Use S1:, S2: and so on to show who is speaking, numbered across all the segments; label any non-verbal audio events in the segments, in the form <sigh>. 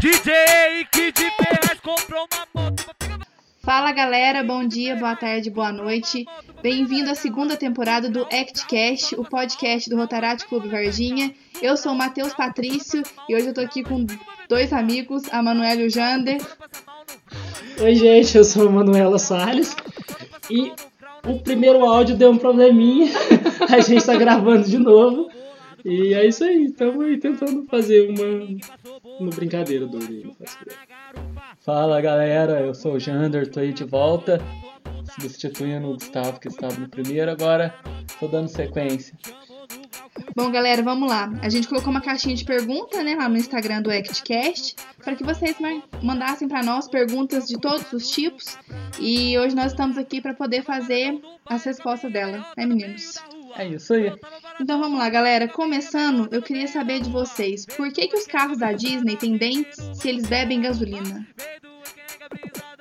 S1: DJ Kid Ferraz comprou uma moto.
S2: Fala galera, bom dia, boa tarde, boa noite. Bem-vindo à segunda temporada do ActCast, o podcast do Rotaract Clube Verdinha. Eu sou o Matheus Patrício e hoje eu tô aqui com dois amigos, a Manuela e o Jander.
S3: Oi, gente, eu sou a Manuela Salles e o primeiro áudio deu um probleminha, <laughs> a gente tá gravando de novo e é isso aí, estamos aí tentando fazer uma, uma brincadeira do Orelha.
S4: Fala galera, eu sou o Jander, tô aí de volta, substituindo o Gustavo que estava no primeiro, agora tô dando sequência.
S2: Bom, galera, vamos lá. A gente colocou uma caixinha de pergunta, né, lá no Instagram do ActCast, para que vocês ma- mandassem para nós perguntas de todos os tipos. E hoje nós estamos aqui para poder fazer as respostas dela, né, meninos?
S4: É isso aí.
S2: Então vamos lá, galera. Começando, eu queria saber de vocês, por que, que os carros da Disney têm dentes se eles bebem gasolina?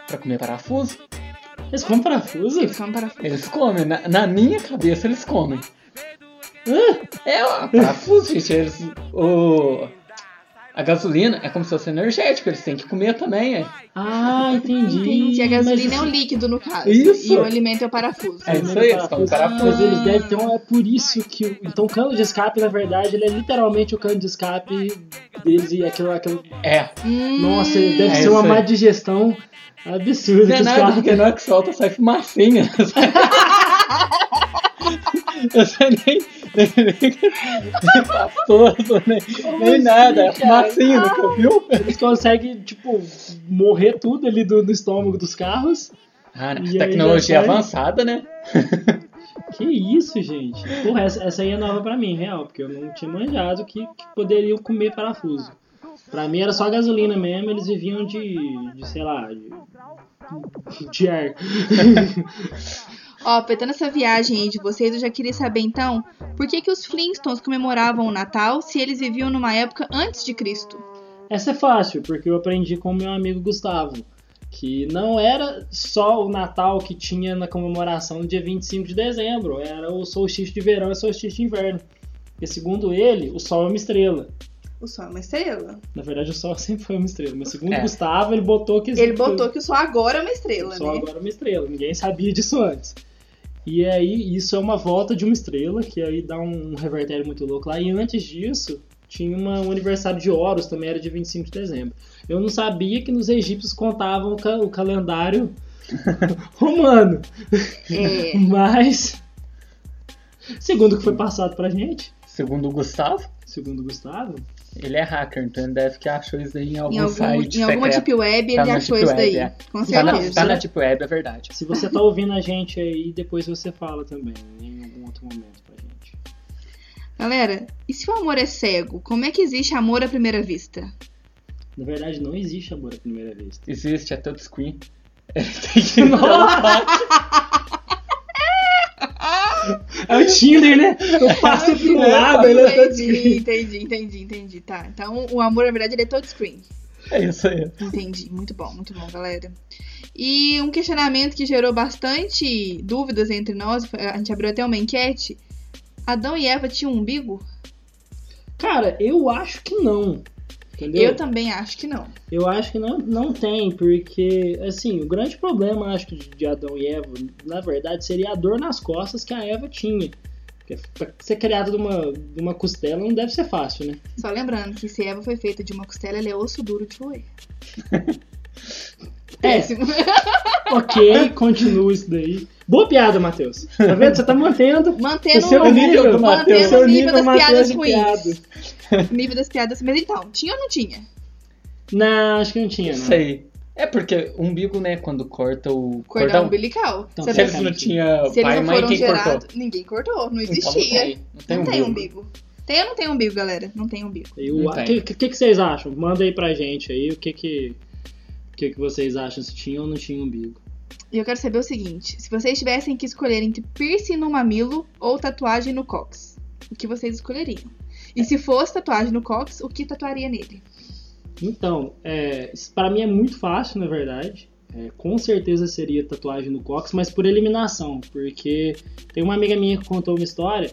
S4: Pra comer parafuso?
S3: Eles comem parafuso?
S2: Eles comem parafuso.
S4: Eles comem, na, na minha cabeça eles comem. Hã? É ó, parafuso, gente. Eles, o, a gasolina é como se fosse energética, eles têm que comer também. É.
S3: Ah, entendi.
S2: Entendi. A gasolina
S3: Mas
S2: é um líquido, no caso.
S4: Isso.
S2: E o alimento é o parafuso.
S4: É isso aí, eles comem parafuso.
S3: Ah, Mas eles devem ter um. É por isso que. o- Então o cano de escape, na verdade, ele é literalmente o cano de escape deles e aquilo. aquilo...
S4: É,
S2: Hum,
S3: Nossa, deve
S4: é
S3: ser uma
S4: isso
S3: má
S4: aí.
S3: digestão
S4: não
S3: absurda que
S4: é
S3: os
S4: nada,
S3: caras.
S4: porque na hora que <laughs> solta sai fumacinha. <laughs> Eu sei nem. nem pastoso, nem, nem
S3: assim,
S4: nada. É
S3: cara?
S4: fumacinha, nunca viu?
S3: Eles conseguem, tipo, morrer tudo ali do, do estômago dos carros.
S4: Ah,
S3: E aí
S4: tecnologia
S3: já sai.
S4: avançada, né?
S3: Que isso, gente. Porra, essa, essa aí é nova pra mim, real, porque eu não tinha manjado que, que poderiam comer parafuso. Pra mim era só gasolina mesmo, eles viviam de, de sei lá, de, de ar. <laughs>
S2: Ó, aproveitando essa viagem aí de vocês, eu já queria saber então, por que, que os Flintstones comemoravam o Natal se eles viviam numa época antes de Cristo?
S3: Essa é fácil, porque eu aprendi com o meu amigo Gustavo, que não era só o Natal que tinha na comemoração do dia 25 de dezembro, era o solstício de verão e o solstício de inverno. Porque segundo ele, o sol é uma estrela.
S2: O sol é uma estrela.
S3: Na verdade, o sol <laughs> sempre foi uma estrela, mas segundo
S4: É.
S3: o Gustavo, ele botou que
S2: Ele botou que o sol agora é uma estrela,
S3: Só
S2: né?
S3: agora uma estrela, ninguém sabia disso antes. E aí, isso é uma volta de uma estrela, que aí dá um revertério muito louco lá. E antes disso, tinha uma- um aniversário de Horus, também era de 25 de dezembro. Eu não sabia que nos egípcios contavam o, ca- o calendário <laughs> romano,
S4: <laughs>
S2: É.
S3: mas. Segundo o que foi passado pra gente,
S4: Segundo o Gustavo,
S3: segundo o Gustavo,
S4: ele é hacker, então ele deve que achou isso aí em algum
S2: Em, algum,
S4: site.
S2: em alguma
S4: secreto.
S2: Deep Web
S4: Tá
S2: ele
S4: na
S2: achou
S4: Deep
S2: isso
S4: Web,
S2: daí.
S4: é.
S2: Com
S4: Tá na,
S2: certeza.
S4: tá na Deep Web, é verdade.
S3: se você tá ouvindo a gente aí, depois você fala também, em algum outro momento pra gente.
S2: Galera, e se o amor é cego? Como é que existe amor à primeira vista?
S3: Na verdade, não existe amor à primeira vista.
S4: Existe, é touchscreen. Ele tem que inovar.
S3: É o Tinder, né? Eu passo pro lado, ele é
S2: entendi,
S3: touchscreen.
S2: entendi, entendi, entendi. Tá, então o amor, na verdade, ele é touchscreen.
S4: é isso aí.
S2: Entendi, muito bom, muito bom, galera. E um questionamento que gerou bastante dúvidas entre nós, a gente abriu até uma enquete. Adão e Eva tinham um umbigo?
S3: Cara, eu acho que não. Entendeu?
S2: Eu também acho que não.
S3: Eu acho que não, não tem, porque, assim, o grande problema, acho que, de Adão e Eva, na verdade, seria a dor nas costas que a Eva tinha. Porque pra ser criado de uma, de uma costela não deve ser fácil, né?
S2: Só lembrando que se Eva foi feita de uma costela, ela é osso duro de roer. Péssimo.
S3: Ok, continua isso daí. Boa piada, Matheus. Tá vendo? Você tá mantendo.
S2: Mantendo
S3: Esse é o
S2: o
S3: nível
S2: nível,
S3: do Matheus,
S2: mantendo
S3: esse é
S2: o
S3: o
S2: nível das
S3: nível
S2: piadas
S3: Matheus de
S2: ruins. O <laughs> nível das piadas. Mas então, tinha ou não tinha?
S3: Não, acho que não tinha,
S4: Isso
S3: não.
S4: aí. É porque o umbigo, né, quando corta o
S2: Cordão,
S4: cordão.
S2: umbilical.
S3: Então,
S2: Você
S4: se eles não
S3: Exatamente.
S4: tinham
S2: Se
S4: pai
S2: eles
S4: e
S2: não
S4: mãe,
S2: foram
S4: quem
S2: gerados,
S4: cortou?
S2: ninguém cortou, não
S4: Então
S2: existia.
S4: não tem,
S2: Não
S4: não
S2: tem
S4: tem umbigo.
S2: umbigo. Tem ou não tem umbigo, galera? Não tem umbigo.
S3: Eu,
S4: Não
S3: o
S4: tem.
S3: que, que, que vocês acham? Manda aí pra gente aí o que que, o que que vocês acham, se tinha ou não tinha umbigo.
S2: E eu quero saber o seguinte: se vocês tivessem que escolher entre piercing no mamilo ou tatuagem no cox, o que vocês escolheriam? E se fosse tatuagem no cox, o que tatuaria nele?
S3: Então, é, isso pra mim é muito fácil, na verdade. É, com certeza seria tatuagem no cox, mas por eliminação, porque tem uma amiga minha que contou uma história.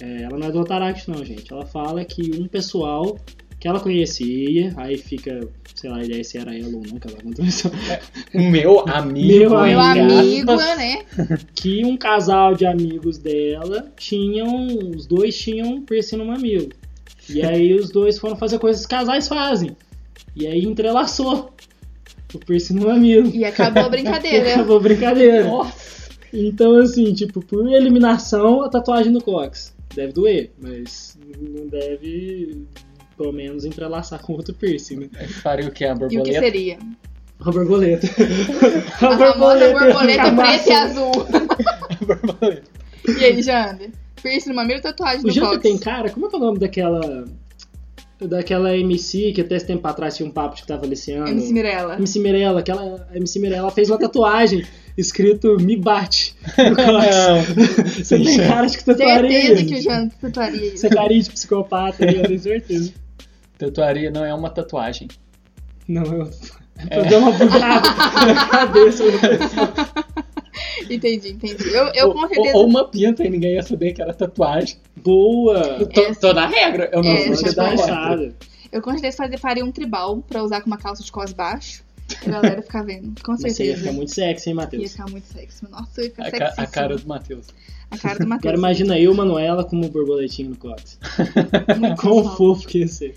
S3: é, ela não é do Otaract, não, gente. Ela fala que um pessoal que ela conhecia, aí fica, sei lá, a ideia se era ela ou não, que ela contou isso.
S4: O meu amigo.
S3: Meu
S4: entre
S2: Meu amigo,
S4: aspas,
S2: né?
S3: que um casal de amigos dela tinham. Os dois tinham um piercing no mamilo. E aí os dois foram fazer coisas que casais fazem. E aí entrelaçou o piercing no mamilo.
S2: E acabou a
S4: <laughs>
S3: E
S2: brincadeira.
S3: <laughs> Acabou a brincadeira.
S4: Nossa.
S3: Então, assim, tipo, por eliminação, a tatuagem no cox. Deve doer, mas não deve, pelo menos, entrelaçar com outro piercing, né?
S4: Faria o que? A
S2: E o que
S4: borboleta? <laughs>
S2: seria?
S3: A borboleta. Tá
S2: A famosa borboleta
S3: cabaço.
S2: preta é e azul.
S4: A borboleta.
S2: E aí, Jander? Piercing no mamilo tatuagem
S3: O
S2: no
S3: Janta
S2: cox?
S3: tem cara, como é que é o nome daquela. Daquela MC que até esse tempo atrás tinha um papo de que tava aliciando?
S2: MC Mirella.
S3: MC Mirella, aquela a MC Mirella fez uma tatuagem <laughs> escrito Me Bate.
S2: <laughs>
S3: no cóccix. Você
S4: Sem
S3: tem
S4: chance.
S3: cara de que
S2: Certeza que o
S3: tatuaria.
S2: Jander tatuaria isso.
S3: Você é carinha de psicopata, eu
S2: <laughs>
S3: tenho certeza.
S4: Tatuaria não é uma tatuagem.
S3: Não, eu. Eu dei uma bugada na cabeça. né?
S2: Entendi, entendi. Eu, eu
S4: ou,
S2: com certeza.
S4: ou- ou uma pinta e ninguém ia saber que era tatuagem.
S3: Boa!
S4: Tô,
S2: É,
S4: tô na regra. Eu não
S2: É,
S4: vou
S3: Você
S4: te
S2: já
S3: dá
S4: dar
S3: uma
S2: foi.
S4: regra.
S3: risada.
S2: Eu com certeza fazer, faria um tribal pra usar com uma calça de cos baixo. E a galera ficar vendo. Com
S3: Mas você ia ficar
S2: certeza.
S3: muito sexy,
S2: Ia
S3: hein, Matheus?
S2: ficar muito sexy. Nossa, eu ia ficar
S4: A,
S2: sexy.
S4: ca- a cara do
S2: <laughs>
S4: Matheus.
S2: a
S4: <laughs>
S2: cara do
S3: Agora
S2: Matheus.
S3: imagina eu, Manuela, como borboletinho no
S2: <laughs>
S3: cox.
S2: Muito
S3: Quão
S2: sensual.
S3: fofo que ia ser.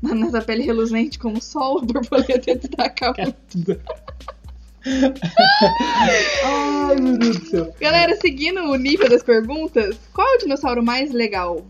S2: Na nossa pele reluzente como o sol, <laughs> a borboleta dentro da
S4: <laughs>
S2: capa.
S3: Ai, meu Deus do céu.
S2: Galera, seguindo o nível das perguntas, qual é o dinossauro mais legal?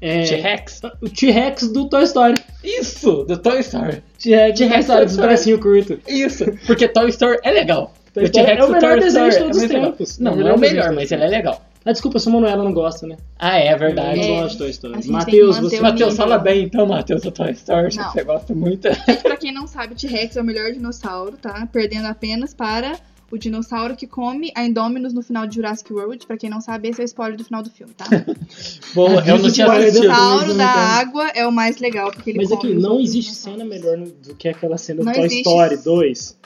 S3: É,
S4: T-Rex?
S3: o T-Rex do Toy Story.
S4: Isso! Do Toy Story.
S3: T-Rex do Toy Story, dos
S4: Toy Story.
S3: bracinhos curtos.
S4: Isso! Porque Toy Story é legal.
S3: Toy
S4: O T-Rex
S3: Story é o
S4: do
S3: melhor
S4: Toy
S3: desenho de
S4: Story
S3: todos os
S4: muito legal.
S3: tempos.
S4: Não,
S3: É o
S4: não é o
S3: melhor desenho
S4: melhor,
S3: de
S4: mas
S3: todos os
S4: ele é legal.
S3: Ah, desculpa, eu sou Manuela, não gosta, né?
S4: Ah, é
S3: Eu
S4: verdade.
S2: É.
S3: não gosto de Toy
S2: A gente
S3: Story.
S2: tem
S3: Matheus,
S2: que manter
S3: você...
S2: o
S4: Matheus,
S2: nível.
S4: fala bem então, Matheus, do Toy Story.
S2: Não.
S4: Não. Você gosta muito. <laughs>
S2: Gente, pra quem não sabe, T-Rex é o melhor dinossauro, tá? Perdendo apenas para o dinossauro que come a Indominus no final de Jurassic World. Pra quem não sabe, esse é o spoiler do final do
S3: <laughs>
S2: filme, tá?
S4: Bom, eu não tinha
S3: Mas
S2: O
S4: assistido.
S3: eu também
S2: dinossauro
S3: não
S2: da
S3: entendo.
S2: água é o mais legal, porque ele
S3: Mas
S2: come
S3: aqui,
S2: os
S3: não
S2: outros
S3: existe
S2: dinossauros.
S3: cena melhor no- do que aquela cena do
S2: Não
S3: Toy
S2: existe.
S3: Story 2.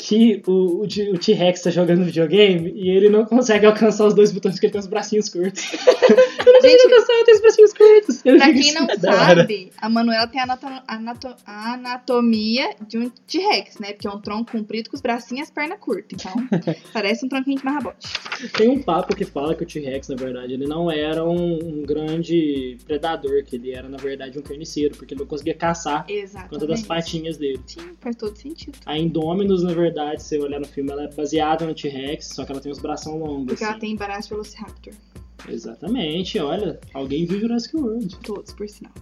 S3: Que o, o T- o T-Rex tá jogando videogame e ele não consegue alcançar os dois botões porque ele tem os
S2: <laughs>
S3: bracinhos curtos.
S2: Gente,
S3: Ele tem os bracinhos curtos. Ele
S2: Pra
S3: fica
S2: quem não
S3: <laughs> assim,
S4: da hora.
S2: sabe, a Manuela tem a anato- anato- a anatomia de um T-Rex, né? Porque é um tronco comprido com os bracinhos e as pernas curtas. Então,
S3: <laughs>
S2: parece um tronquinho de marrabote.
S3: Tem um papo que fala que o T-Rex, na verdade, ele não era um, um grande predador, que ele era, na verdade, um carniceiro, porque ele não conseguia caçar por conta
S2: Exatamente.
S3: das patinhas dele.
S2: Sim, faz todo sentido.
S3: A Indominus, na verdade, se você olhar no filme, ela é baseada no T-Rex, só que ela tem os braços longos.
S2: Porque ela
S3: Assim.
S2: tem embaraço Velociraptor.
S3: Exatamente, olha, alguém viu Jurassic World.
S2: Todos, por sinal.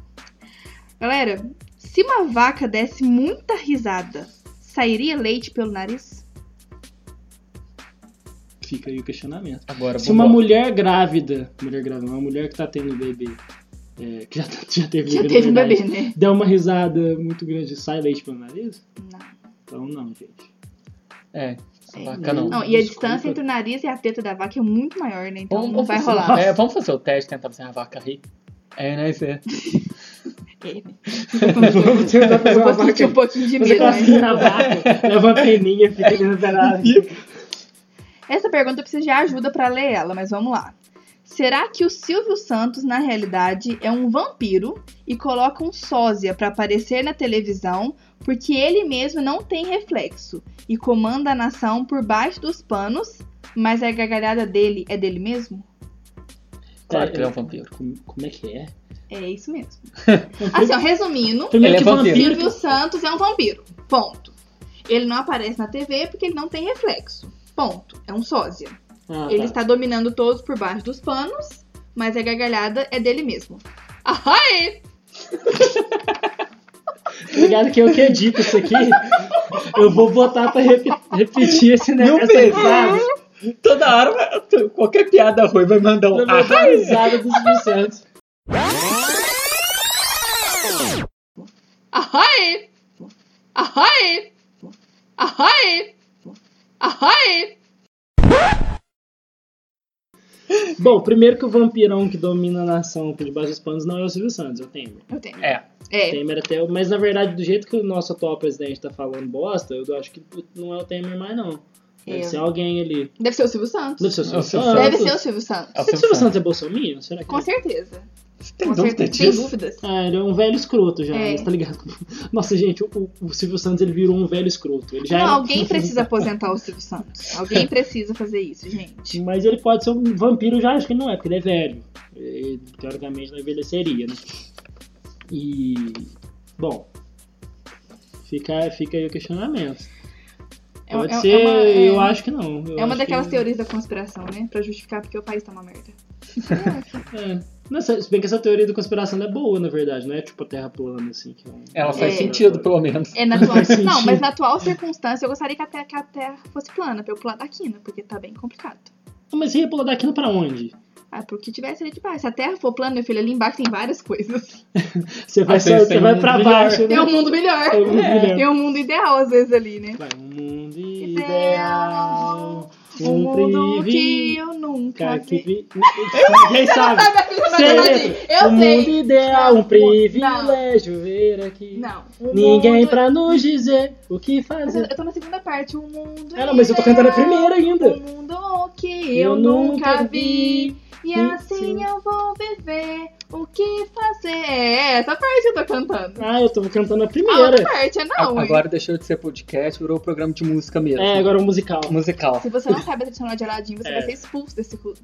S2: Galera, se uma vaca desse muita risada, sairia leite pelo nariz?
S3: Fica aí o questionamento.
S4: Agora,
S3: Se uma
S4: Bubu.
S3: mulher grávida, mulher grávida, uma mulher que tá tendo bebê, é, que já, tá- <laughs> já teve
S2: Já
S3: bebê, na
S2: teve um
S3: verdade,
S2: bebê, né?
S3: der uma risada muito grande, sai leite pelo nariz?
S2: Não.
S3: Então não, gente.
S2: <laughs>
S4: É, vaca não.
S2: Não, e a
S3: Desculpa.
S2: distância entre o nariz e a teta da vaca é muito maior, né? Então
S4: Vamos-
S2: não
S4: vamos
S2: vai
S3: assim?
S4: fazer-
S2: rolar.
S4: é, vamos fazer o teste, tentar fazer a vaca rir. É, né? Isso é.
S3: <laughs> Vamos tentar fazer é uma
S2: Eu vou sentir
S3: vaca
S2: um pouquinho de
S3: Você
S2: medo, né?
S3: costa
S2: <laughs>
S3: na vaca, leva a peninha, fica ali no pedaço.
S2: Essa pergunta precisa de ajuda pra ler ela, mas vamos lá. Será que o Silvio Santos, na realidade, é um vampiro e coloca um sósia pra aparecer na televisão porque ele mesmo não tem reflexo e comanda a nação por baixo dos panos, mas a gargalhada dele é dele mesmo?
S4: Claro que ele é um vampiro.
S3: Como, como é que é?
S2: É isso
S3: <laughs>
S2: mesmo. Assim, ó, resumindo,
S4: Ele
S3: Primeiro
S4: é
S3: que
S4: vampiro.
S2: Silvio Santos é um vampiro. Ponto. Ele não aparece na TV porque ele não tem reflexo. Ponto. É um sósia.
S3: Ah,
S2: Ele
S3: tá.
S2: está dominando todos por baixo dos panos, mas a gargalhada é dele mesmo. Ai!
S3: Obrigado Tá que eu que edito isso aqui. Eu vou botar pra repi- repetir esse
S4: Não
S3: negócio.
S4: pensa.
S2: é
S4: Toda hora, vai- tu- qualquer piada ruim vai mandar um.
S3: Pra botar a
S4: Ah,
S3: risada dos Vicentes.
S2: Ai! Ai! Ai! Ai!
S3: Bom, primeiro que o vampirão que domina a nação por debaixo dos panos não é o Silvio Santos, é o Temer.
S2: Eu tenho.
S4: É.
S3: O
S2: É.
S3: Temer até. Mas na verdade, do jeito que o nosso atual presidente tá falando bosta, eu acho que não é o Temer mais, não. Deve
S2: É.
S3: ser alguém ali.
S2: Deve ser o Silvio Santos.
S3: Deve ser o
S4: É
S3: Silvio
S4: o Silvio
S3: Santos.
S2: Deve ser o Silvio Santos.
S4: É o
S3: Será que o
S4: Silvio
S3: Silvio
S4: Santos.
S3: Santos é bolsominion? Será que
S2: Com
S3: é?
S2: certeza.
S4: Você tem
S2: Com
S4: dúvida
S2: certeza. Sem
S4: disso?
S2: dúvidas.
S3: Ah, ele é um velho escroto já,
S2: É.
S3: mas tá ligado? <laughs> Nossa, gente, o, o Silvio Santos ele virou um velho escroto. Ele já
S2: Não,
S3: era- um
S2: alguém precisa aposentar o Silvio Santos. Alguém precisa fazer isso, gente.
S3: Mas ele pode ser um vampiro, eu já acho que ele não é, porque ele é velho. E, teoricamente não envelheceria, né? E. Bom. Fica, fica aí o questionamento.
S2: É-
S3: Pode
S2: é- é
S3: ser,
S2: uma- é-
S3: eu acho que não. Eu
S2: É uma
S3: acho
S2: daquelas
S3: que-
S2: teorias da conspiração, né? Pra justificar porque o país tá uma
S3: <laughs>
S2: merda.
S3: É. Não, se se bem que essa teoria da conspiração ela é boa, na verdade, não é tipo a Terra plana, assim. Que é um-
S4: Ela faz
S2: É.
S4: sentido, pelo menos.
S2: É, na atual...
S3: Faz
S2: Não,
S3: sentido.
S2: mas na atual circunstância eu gostaria que a Terra, que a terra fosse plana, pra eu pular da quina, porque tá bem complicado.
S3: Ah, Mas você ia pular daquilo pra onde?
S2: Ah, porque tivesse ali de baixo. Se a Terra for plana, meu filho, ali embaixo tem várias coisas.
S3: Você vai,
S4: Ah, tem- tem
S3: só- você vai
S4: um
S3: pra
S4: bilhão.
S3: baixo, né?
S2: Tem um mundo melhor.
S3: Tem um mundo melhor.
S2: Tem um mundo ideal, às vezes, ali, né?
S3: Vai, um mundo
S2: Ideal,
S3: ideal.
S2: Um mundo
S3: privi-
S2: que eu nunca
S3: Cara, que
S2: vi.
S3: vi... <laughs> Ninguém sabe. Sei letra.
S2: Eu sei.
S3: o é um mundo ideal,
S2: Não,
S3: um privilégio ver aqui.
S2: Não. o
S3: Ninguém
S2: mundo-
S3: pra nos dizer o que
S2: Mas eu-
S3: fazer.
S2: Eu tô na segunda parte, o mundo.
S3: Ah, não, mas eu tô cantando a primeira ainda.
S2: O mundo que eu, nunca vi. E
S3: Sim,
S2: assim
S3: sim.
S2: eu vou viver. O que fazer? É essa parte eu tô cantando.
S3: Ah, eu tô cantando a
S2: A outra
S3: primeira.
S2: parte é não.
S4: A-
S2: hein?
S4: Agora deixou de ser podcast, virou programa de música
S2: tá.
S4: mesmo.
S3: É, agora o musical.
S4: Musical.
S2: Se você não sabe a tradicional de Aladdin, você
S3: É.
S2: vai ser expulso desse clube.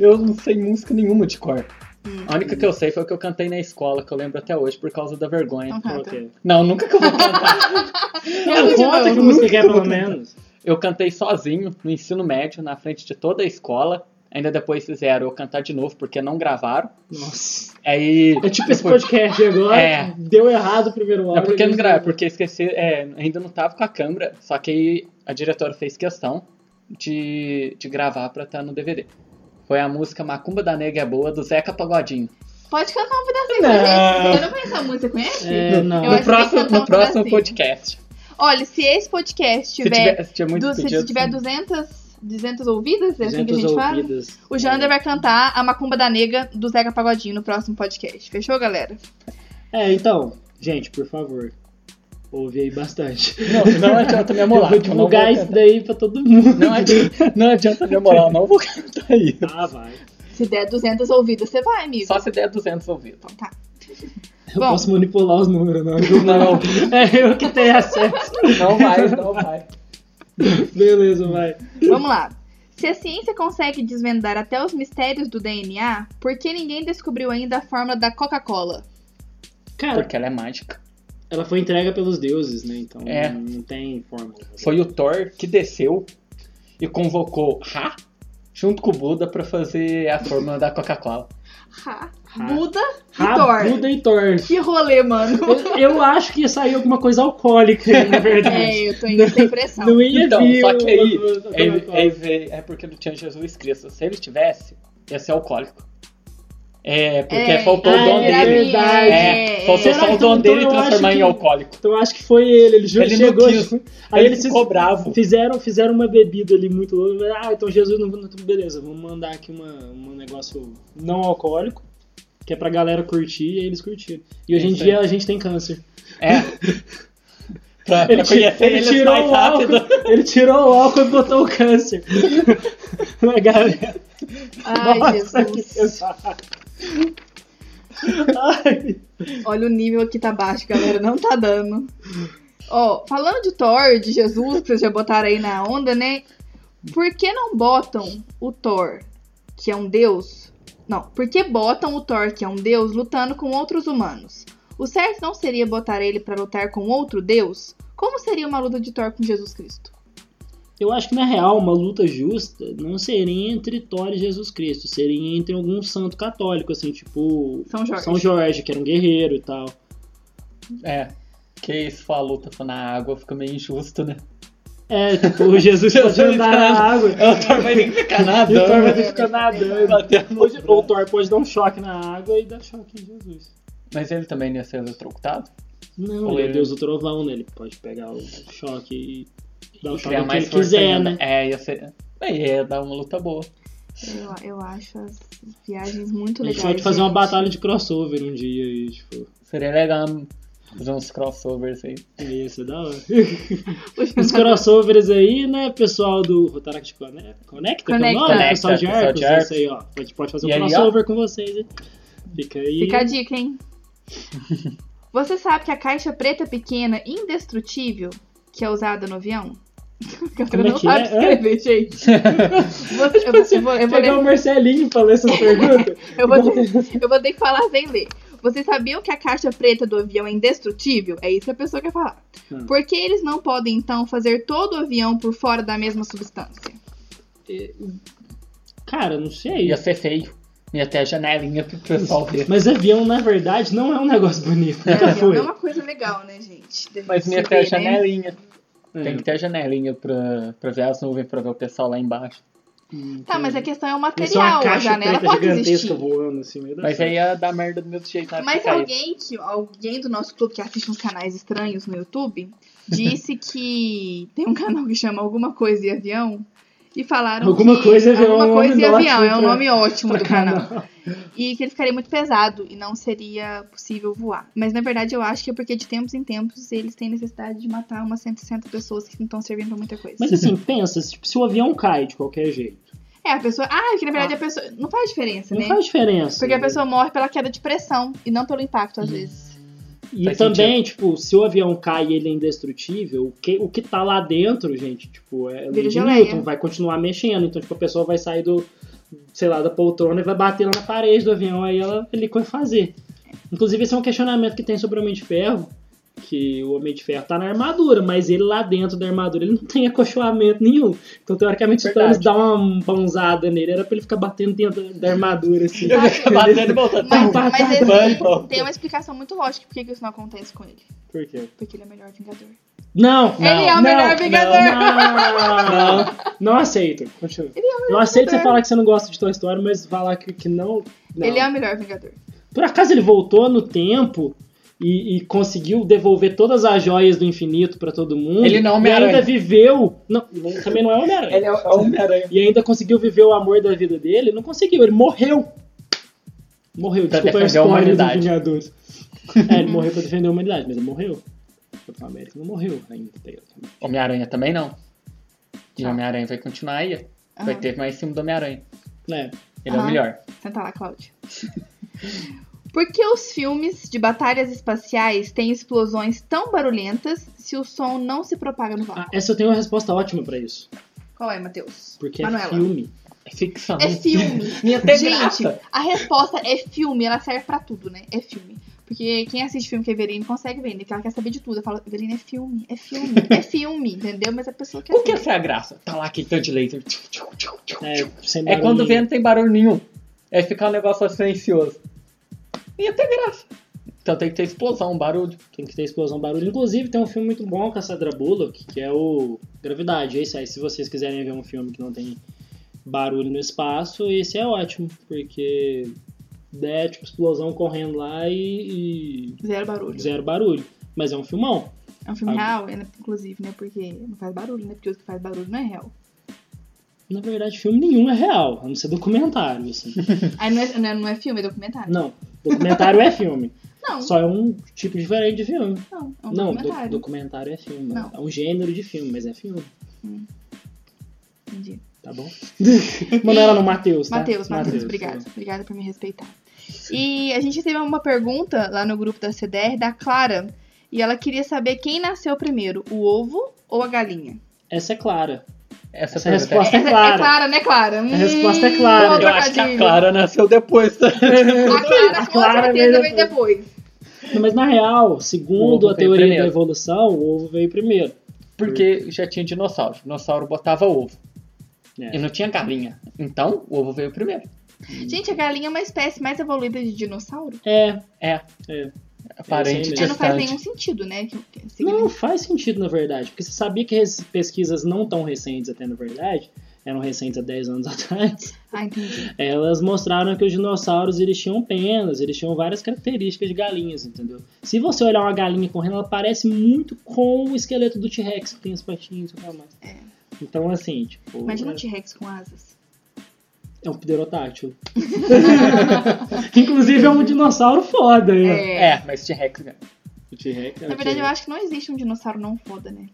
S4: Eu não sei música nenhuma de cor.
S2: Hum.
S4: A única que eu sei foi o que eu cantei na escola, que eu lembro até hoje, por causa da vergonha.
S2: Ah, tá. Não canta.
S3: Ok.
S4: Não, nunca que eu vou cantar. <laughs>
S3: Não,
S2: de
S3: conta
S2: novo.
S3: que música
S4: Nunca
S3: que é,
S4: vou
S3: pelo
S4: cantar.
S3: menos.
S4: Eu cantei sozinho no ensino médio, na frente de toda a escola. Ainda depois fizeram eu cantar de novo, porque não gravaram.
S3: Nossa.
S4: Aí.
S3: É tipo esse
S4: depois-
S3: podcast agora.
S4: É.
S3: Deu errado o primeiro áudio.
S4: É porque não
S3: eles-
S4: grava, porque esqueci, é, ainda não tava com a câmera, só que aí a diretora fez questão de, de gravar pra estar no DVD. Foi a música Macumba da Nega é Boa, do Zeca Pagodinho.
S2: Pode cantar um pedacinho pra
S4: Não.
S2: gente. Eu não conheço a música, você conhece?
S3: É, não.
S2: Eu acho que
S4: No
S2: tem que
S4: próximo,
S2: cantar um
S4: no próximo
S2: pedacinho.
S4: podcast.
S2: Olha, se esse podcast
S4: Se
S2: tiver.
S4: tiver, se tiver muito
S2: du- se
S4: pedido,
S2: tiver 200, 200 ouvidas, é assim que a
S3: 200
S2: gente fala.
S3: ouvidas. é.
S2: O Jander vai cantar a Macumba da Nega do Zeca Pagodinho no próximo podcast. Fechou, galera?
S3: É, então, gente, por favor, ouve aí bastante.
S4: Não, não adianta me amolar.
S3: eu vou
S4: que eu não
S3: divulgar
S4: vou
S3: isso daí pra todo mundo.
S4: Não é adianta, não adianta me amolar, eu não vou cantar isso.
S3: <laughs> Ah, vai.
S2: Se der 200 ouvidas, você vai, amigo.
S4: Só se der 200 ouvidos.
S2: Então tá.
S3: Eu
S2: Bom.
S3: posso manipular os números,
S4: <laughs>
S3: não. Eu-
S4: Não,
S3: É eu que tenho acesso.
S4: não vai, não vai.
S3: Beleza, vai.
S2: Vamos lá. Se a ciência consegue desvendar até os mistérios do DNA, por que ninguém descobriu ainda a fórmula da Coca-Cola?
S3: Cara,
S4: Porque ela é mágica.
S3: ela foi entrega pelos deuses, né? Então
S4: É.
S3: não tem fórmula.
S4: Foi o Thor que desceu e convocou Ra junto com o Buda pra fazer a fórmula da Coca-Cola.
S2: Ha,
S3: Ha.
S2: Buda e
S3: Ah,
S2: Thor.
S3: Buda e Thor.
S2: Que rolê,
S3: <laughs>
S2: mano.
S3: Eu, eu acho que ia sair alguma coisa alcoólica,
S2: <laughs>
S3: aí, na verdade.
S2: É, eu tô indo sem pressão.
S3: Não ia
S4: Então,
S3: vir
S4: só que
S3: uma-
S4: aí,
S3: uma- uma- uma-
S4: É, é, é porque não tinha Jesus Cristo. Se ele tivesse, ia ser alcoólico. É, porque faltou
S3: é
S4: o dom
S2: era
S4: dele.
S3: verdade.
S2: minha,
S4: É, faltou
S3: Será
S4: só o
S3: então-
S4: dom
S3: então
S4: dele
S3: eu acho
S4: transformar
S3: que-
S4: em alcoólico.
S3: Então eu acho que foi ele, ele, ju-
S4: Ele não
S3: chegou. assim,
S4: quis.
S3: Aí
S4: Ele
S3: ele
S4: ficou bravo.
S3: Fizeram, fizeram uma bebida ali muito louca. Ah, então Jesus não. não- Beleza, vamos mandar aqui uma, um negócio não alcoólico, que é pra galera curtir, e aí eles curtiram. E hoje em
S4: Isso
S3: dia a gente
S4: <laughs>
S3: tem câncer.
S4: É. pra pra
S3: Ele, ti-
S4: conhecer
S3: ele
S4: eles
S3: tirou
S4: é mais
S3: o álcool,
S4: rápido.
S3: ele tirou o álcool e botou o câncer. <laughs> Na galera.
S2: Ai,
S3: Nossa, que
S2: Jesus.
S3: pesado. Ai.
S2: Olha, o nível aqui tá baixo, galera. Não tá dando. Ó, falando de Thor, de Jesus, que vocês já botaram aí na onda, né? Por que não botam o Thor, que é um deus? Não, por que botam o Thor, que é um deus, lutando com outros humanos? O certo não seria botar ele pra lutar com outro deus? Como seria uma luta de Thor com Jesus Cristo?
S3: Eu acho que na real uma luta justa não seria entre Thor e Jesus Cristo, seria entre algum santo católico, assim, tipo
S2: São Jorge.
S3: São Jorge, que era um guerreiro e tal.
S4: É. Que se for "Ah, a luta for na água, fica meio injusto,
S3: <laughs>
S4: né?
S3: É, tipo, o Jesus
S4: Jesus
S3: pode andar na
S4: tá-
S3: água.
S4: O Thor vai nem ficar
S3: E o Thor vai
S4: nadando.
S3: ter que ficar nadando.
S4: batendo.
S3: Ou de- Ou o Thor pode dar um choque na água e dar choque em Jesus.
S4: Mas ele também não ia ser eletrocutado?
S3: Não,
S4: Ou
S3: ele é
S4: ele-
S3: Deus do trovão, né? Ele pode pegar o choque e dar o choque
S4: Criar
S3: que ele
S4: mais força
S3: quiser,
S4: ainda.
S3: né?
S4: É, ia ser. Aí ia dar uma luta boa.
S2: Eu, eu acho as viagens
S4: É
S2: muito
S3: A gente
S2: legais.
S3: pode fazer uma
S2: gente. <laughs>
S3: batalha de crossover um dia aí, tipo.
S4: Seria legal fazer uns crossovers aí.
S3: Ia ser da hora. <laughs>
S2: Puxa,
S3: Os crossovers aí, né, pessoal do Rotaract Connect, Conecta, que é o nome?
S2: Conecta.
S3: pessoal de
S4: Pessoal
S3: Arcos,
S4: de Arcos.
S3: isso aí, ó. Pode, pode fazer um
S4: E aí, ó.
S3: crossover com vocês, hein? Fica aí.
S2: Fica a dica, hein? Você sabe que a caixa preta pequena indestrutível que é usada no avião? <laughs> O cara
S3: Como é
S2: não
S3: que
S2: sabe
S3: é?
S2: escrever, gente.
S3: <laughs>
S2: Você- eu, vou- eu vou, eu vou
S3: Pegar um
S2: ler-
S3: o Marcelinho e falar essas perguntas.
S2: eu vou ter, eu vou ter que falar sem ler. Vocês sabiam que a caixa preta do avião é indestrutível? É isso que a pessoa quer falar.
S3: Hum.
S2: Por que eles não podem, então, fazer todo o avião por fora da mesma substância?
S3: <laughs> Cara, não sei.
S4: Ia ser feio. Ia ter a janelinha pro pessoal ver.
S3: Mas avião, na verdade, não é um negócio bonito.
S2: Não,
S3: <laughs> Nunca
S2: avião
S3: foi.
S2: não é uma coisa legal, né, gente? Da
S4: <laughs> Mas
S2: gente
S4: ia ter a
S2: ver, né?
S4: janelinha.
S3: É.
S4: Tem que ter a janelinha pra, pra ver as nuvens, pra ver o pessoal lá embaixo.
S3: Hum,
S2: Tá, mas a questão é o
S3: tem só uma
S2: material. A
S3: caixa
S2: janela
S3: preta
S2: pode
S3: gigantesca
S2: existir.
S3: voando assim. meio da
S4: Mas aí é
S3: frente.
S4: ia dar merda do mesmo jeito. né?
S2: Mas
S3: é
S4: Porque aí-
S2: alguém que alguém do nosso clube que assiste uns canais estranhos no YouTube
S3: <laughs>
S2: disse que tem um canal que chama Alguma Coisa e Avião e falaram
S3: Alguma
S2: que
S3: Coisa e Avião é
S2: Alguma
S3: um
S2: Coisa
S3: nome
S2: e Avião
S3: ótimo
S2: é um
S3: pra-
S2: nome ótimo do canal
S3: Não.
S2: e que ele ficaria muito pesado e não seria possível voar. Mas na verdade eu acho que é porque de tempos em tempos eles têm necessidade de matar umas 160 pessoas que não estão servindo pra muita coisa.
S3: Mas assim, pensa, tipo, se o avião cai de qualquer jeito,
S2: É, a pessoa, ah, que na verdade a pessoa não faz diferença,
S3: não
S2: né?
S3: faz diferença.
S2: Porque a
S3: né?
S2: pessoa morre pela queda de pressão e não pelo impacto às
S3: <laughs>
S2: vezes.
S3: E
S4: Faz
S3: também, tipo, se o avião cai e ele é indestrutível, o que, o que tá lá dentro, gente, tipo, é lei
S2: Vira
S3: de
S2: geleia.
S3: Newton, vai continuar mexendo. Então, tipo, a pessoa vai sair do, sei lá, da poltrona e vai bater lá na parede do avião, aí ela ele vai fazer. Inclusive, esse é um questionamento que tem sobre o Homem de Ferro, que o Homem de Ferro tá na armadura, mas ele lá dentro da armadura, ele não tem acolchoamento nenhum. Então, teoricamente, o Thanos
S4: Verdade.
S3: dá uma pãozada nele, era pra ele ficar batendo dentro da- da armadura, assim.
S4: Eu ia ficar <laughs> batendo e voltando.
S2: Mas,
S3: Tá, tá,
S2: mas
S3: tá,
S2: esse-
S4: vai, pronto.
S2: tem uma explicação muito lógica por que que isso não acontece com ele.
S3: Por quê?
S2: Porque ele é o melhor Vingador.
S3: Não!
S2: ele é o
S3: não,
S2: melhor Vingador!
S3: Não, não, não aceito. Continua.
S2: é
S3: Eu aceito você falar que você não gosta de Toy Story, mas falar que, que não. não.
S2: Ele é o melhor Vingador.
S3: Por acaso ele voltou no tempo e, e conseguiu devolver todas as joias do infinito pra todo mundo?
S4: Ele não é
S3: E
S4: Homem-Aranha.
S3: ainda viveu. Não, não, também não é Homem-Aranha.
S4: Ele é o Homem-Aranha.
S3: E ainda conseguiu viver o amor da vida dele? Não conseguiu, ele morreu. Morreu,
S4: Pra
S3: desculpa,
S4: defender a
S3: spoiler dos
S4: humanidade.
S3: Vingadores. É, ele morreu pra defender a humanidade, mas ele morreu. Capitão América não morreu ainda.
S4: <laughs>
S3: tá
S4: Homem-Aranha também não. E
S2: Tá.
S4: Homem-Aranha vai continuar aí. Vai
S2: Aham.
S4: ter mais filme do Homem-Aranha.
S3: É,
S4: Ele é
S2: Ah.
S4: o melhor.
S2: Senta lá, Cláudia. <laughs> Por que os filmes de batalhas espaciais têm explosões tão barulhentas se o som não se propaga no vácuo?
S3: Ah, essa eu tenho uma resposta ótima pra isso.
S2: Qual é, Matheus?
S3: Ah. Porque é
S2: Manuela.
S3: filme.
S4: É ficção.
S2: É filme.
S4: Minha até
S2: Gente,
S4: graça.
S2: a resposta é filme, ela serve pra tudo, né? É filme. Porque quem assiste filme que é Evelyn consegue ver, né? Porque ela quer saber de tudo. Ela fala, Evelyn, é filme, é filme, é filme, entendeu? Mas a pessoa quer
S4: Qual que
S2: saber.
S4: essa é a graça? Tá lá aquele tanto de laser. Tchum, tchum, tchum, tchum,
S3: É,
S4: tchum.
S3: sem
S4: É
S3: barulho.
S4: quando vem não tem barulho nenhum. É ficar um negócio silencioso. E até graça. Então tem que ter explosão, barulho.
S3: Tem que ter explosão, barulho. Inclusive, tem um filme muito bom com a Sandra Bullock, que é o Gravidade. Esse aí, se vocês quiserem ver um filme que não tem barulho no espaço, esse é ótimo. Porque é tipo explosão correndo lá e,
S2: Zero
S3: e
S2: barulho.
S3: zero barulho. Mas é um filmão.
S2: É um filme
S3: Ah.
S2: real, é, né, inclusive, né? Porque não faz barulho, né? Porque os que faz barulho não é real.
S3: Na verdade, filme nenhum é real, a não ser
S2: <laughs>
S3: documentário. assim.
S2: Aí não é, não é, não é filme, é documentário.
S3: Não, documentário é filme.
S2: Não,
S3: Só é um tipo diferente de filme.
S2: não, é um
S3: não, do-
S2: documentário.
S3: documentário é filme.
S2: Não.
S3: É um gênero de filme, mas é filme.
S2: Entendi.
S3: Tá
S2: <laughs>
S3: bom? Manuela no Matheus, é. tá?
S2: Matheus, Matheus, obrigada. Obrigada por me respeitar. E a gente recebeu uma pergunta lá no grupo da CDR da Clara. E ela queria saber quem nasceu primeiro, o ovo ou a galinha?
S3: Essa é clara.
S4: Essa,
S3: Essa
S4: pergunta
S3: resposta é
S2: É
S3: clara.
S2: clara, né, Clara? Hum,
S3: resposta é clara.
S2: bom
S4: Eu acho que a
S2: trocadilho.
S4: Clara nasceu depois. <laughs> tá?
S2: A
S3: <laughs>
S2: Clara,
S3: A
S2: com
S3: Clara
S2: certeza,
S3: veio
S2: vem depois.
S3: Não, mas na real,
S4: O
S3: segundo
S4: ovo
S3: a
S4: veio
S3: teoria
S4: primeiro.
S3: da evolução, o ovo veio primeiro.
S4: Porque já tinha dinossauro. Dinossauro botava ovo.
S3: É.
S4: E não tinha galinha. Então, o ovo veio primeiro.
S2: Gente, a galinha é uma espécie mais evoluída de dinossauro.
S3: É.
S4: É.
S3: É.
S4: Parente
S3: É,
S2: Já não faz
S4: distante.
S2: nenhum sentido, né? que- que-
S3: Não faz sentido, na verdade. Porque você sabia que as pesquisas não tão recentes até, na verdade, eram recentes há 10 anos <laughs> atrás,
S2: Ah, entendi.
S3: elas mostraram que os dinossauros, eles tinham penas, eles tinham várias características de galinhas, entendeu? Se você olhar uma galinha correndo, ela parece muito com o esqueleto do T-Rex, que tem as patinhas e tudo mais.
S2: É.
S3: Então, assim, tipo...
S2: Imagina
S3: é-
S2: um T-Rex com asas.
S3: É um <laughs> pterodáctilo. Inclusive é um dinossauro foda, né?
S2: É.
S4: É, mas T-Rex ganha.
S3: O T-Rex. é
S2: Na
S3: o
S2: verdade, eu
S3: T-Rex.
S2: acho que não existe um dinossauro não foda, né?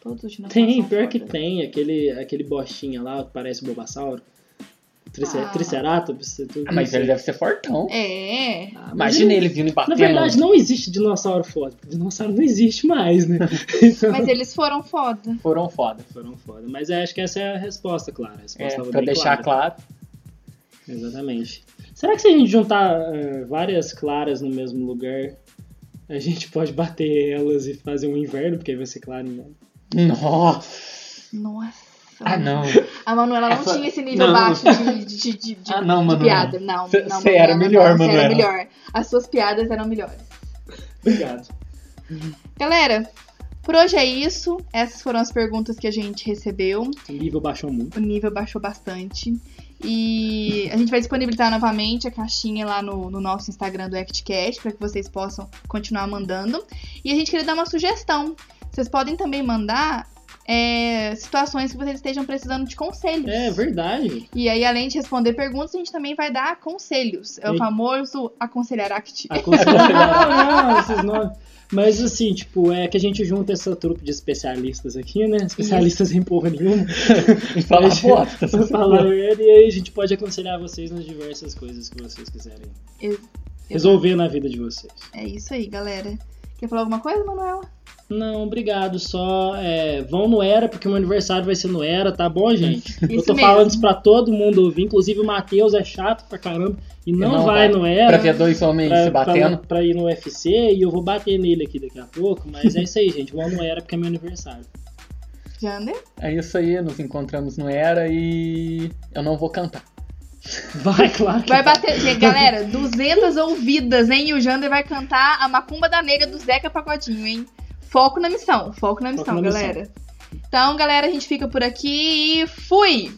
S2: Todos os dinossauros.
S3: Tem,
S2: são
S3: pior que
S2: foda.
S3: tem. Aquele, aquele bostinha lá que parece um Bulbasauro. Trice-
S2: Ah.
S3: Triceratops. tudo
S4: Ah, mas
S3: isso.
S4: ele deve ser fortão.
S2: É.
S3: Ah, mas
S4: Imagina ele vindo e
S3: Na
S4: batendo.
S3: verdade, não existe dinossauro foda. Dinossauro não existe mais,
S4: <laughs>
S3: né? Então,
S2: Mas eles foram foda.
S4: Foram foda.
S3: foram foda. Mas eu acho que essa é a resposta, claro. A resposta
S4: É,
S3: tava
S4: pra
S3: bem
S4: deixar
S3: clara.
S4: claro.
S3: Exatamente. Será que se a gente juntar eh, várias claras no mesmo lugar, a gente pode bater elas e fazer um inverno, porque aí vai ser claro, né?
S4: Nossa!
S2: Nossa.
S4: Ah, não.
S2: A Manuela não
S4: Essa-
S2: tinha esse nível
S4: não.
S2: baixo de, de, de, de-
S4: Ah, não,
S2: de
S4: Manuela.
S2: piada. Não,
S4: Cê-
S2: não,
S4: cê era
S2: Manuela, não,
S4: melhor,
S2: cê era
S4: Manuela.
S2: melhor. As suas piadas eram melhores.
S3: Obrigado.
S2: Galera, por hoje é isso. Essas foram as perguntas que a gente recebeu.
S3: O nível baixou muito.
S2: O nível baixou bastante. E a gente vai disponibilizar novamente a caixinha lá no, no nosso Instagram do ActCast para que vocês possam continuar mandando. E a gente queria dar uma sugestão. Vocês podem também mandar é, situações que vocês estejam precisando de conselhos.
S3: É verdade.
S2: E aí, além de responder perguntas, a gente também vai dar conselhos. É o
S3: E-
S2: famoso aconselhar act.
S3: Aconselho- <laughs> não, não, esses nomes. Mas assim, tipo, é que a gente junta essa trupe de especialistas aqui, né? Especialistas em porra nenhuma.
S4: E fala
S3: Deixa-
S2: <laughs>
S4: bosta.
S3: Pra falar merda, e aí a gente pode aconselhar vocês nas diversas coisas que vocês quiserem
S2: Ex-
S3: resolver na vida de vocês.
S2: É isso aí, galera. Quer falar alguma coisa, Manuela?
S3: Não, obrigado. Só é, vão no Era, porque o meu aniversário vai ser no Era, tá
S2: <laughs>
S3: bom, gente?
S2: Isso
S3: Eu tô
S2: mesmo.
S3: falando isso pra todo mundo ouvir, inclusive o Matheus é chato pra caramba e não,
S4: não vai.
S3: vai, no Era.
S4: Pra ver dois homens
S3: pra-
S4: se batendo.
S3: pra- pra ir no UFC e eu vou bater nele aqui daqui a pouco, mas é isso aí, <laughs> gente. Vão no Era porque é
S2: <laughs>
S3: meu aniversário.
S2: Jander?
S4: É isso aí, nos encontramos no Era e eu não vou cantar.
S3: Vai, claro. que tá.
S2: Vai bater. <laughs> Gente, Galera, 200 ouvidas, hein? E o Jander vai cantar a Macumba da Negra do Zeca Pagodinho, hein? Foco na missão, foco na missão,
S3: na missão.
S2: galera. Então, galera, a gente fica por aqui e fui!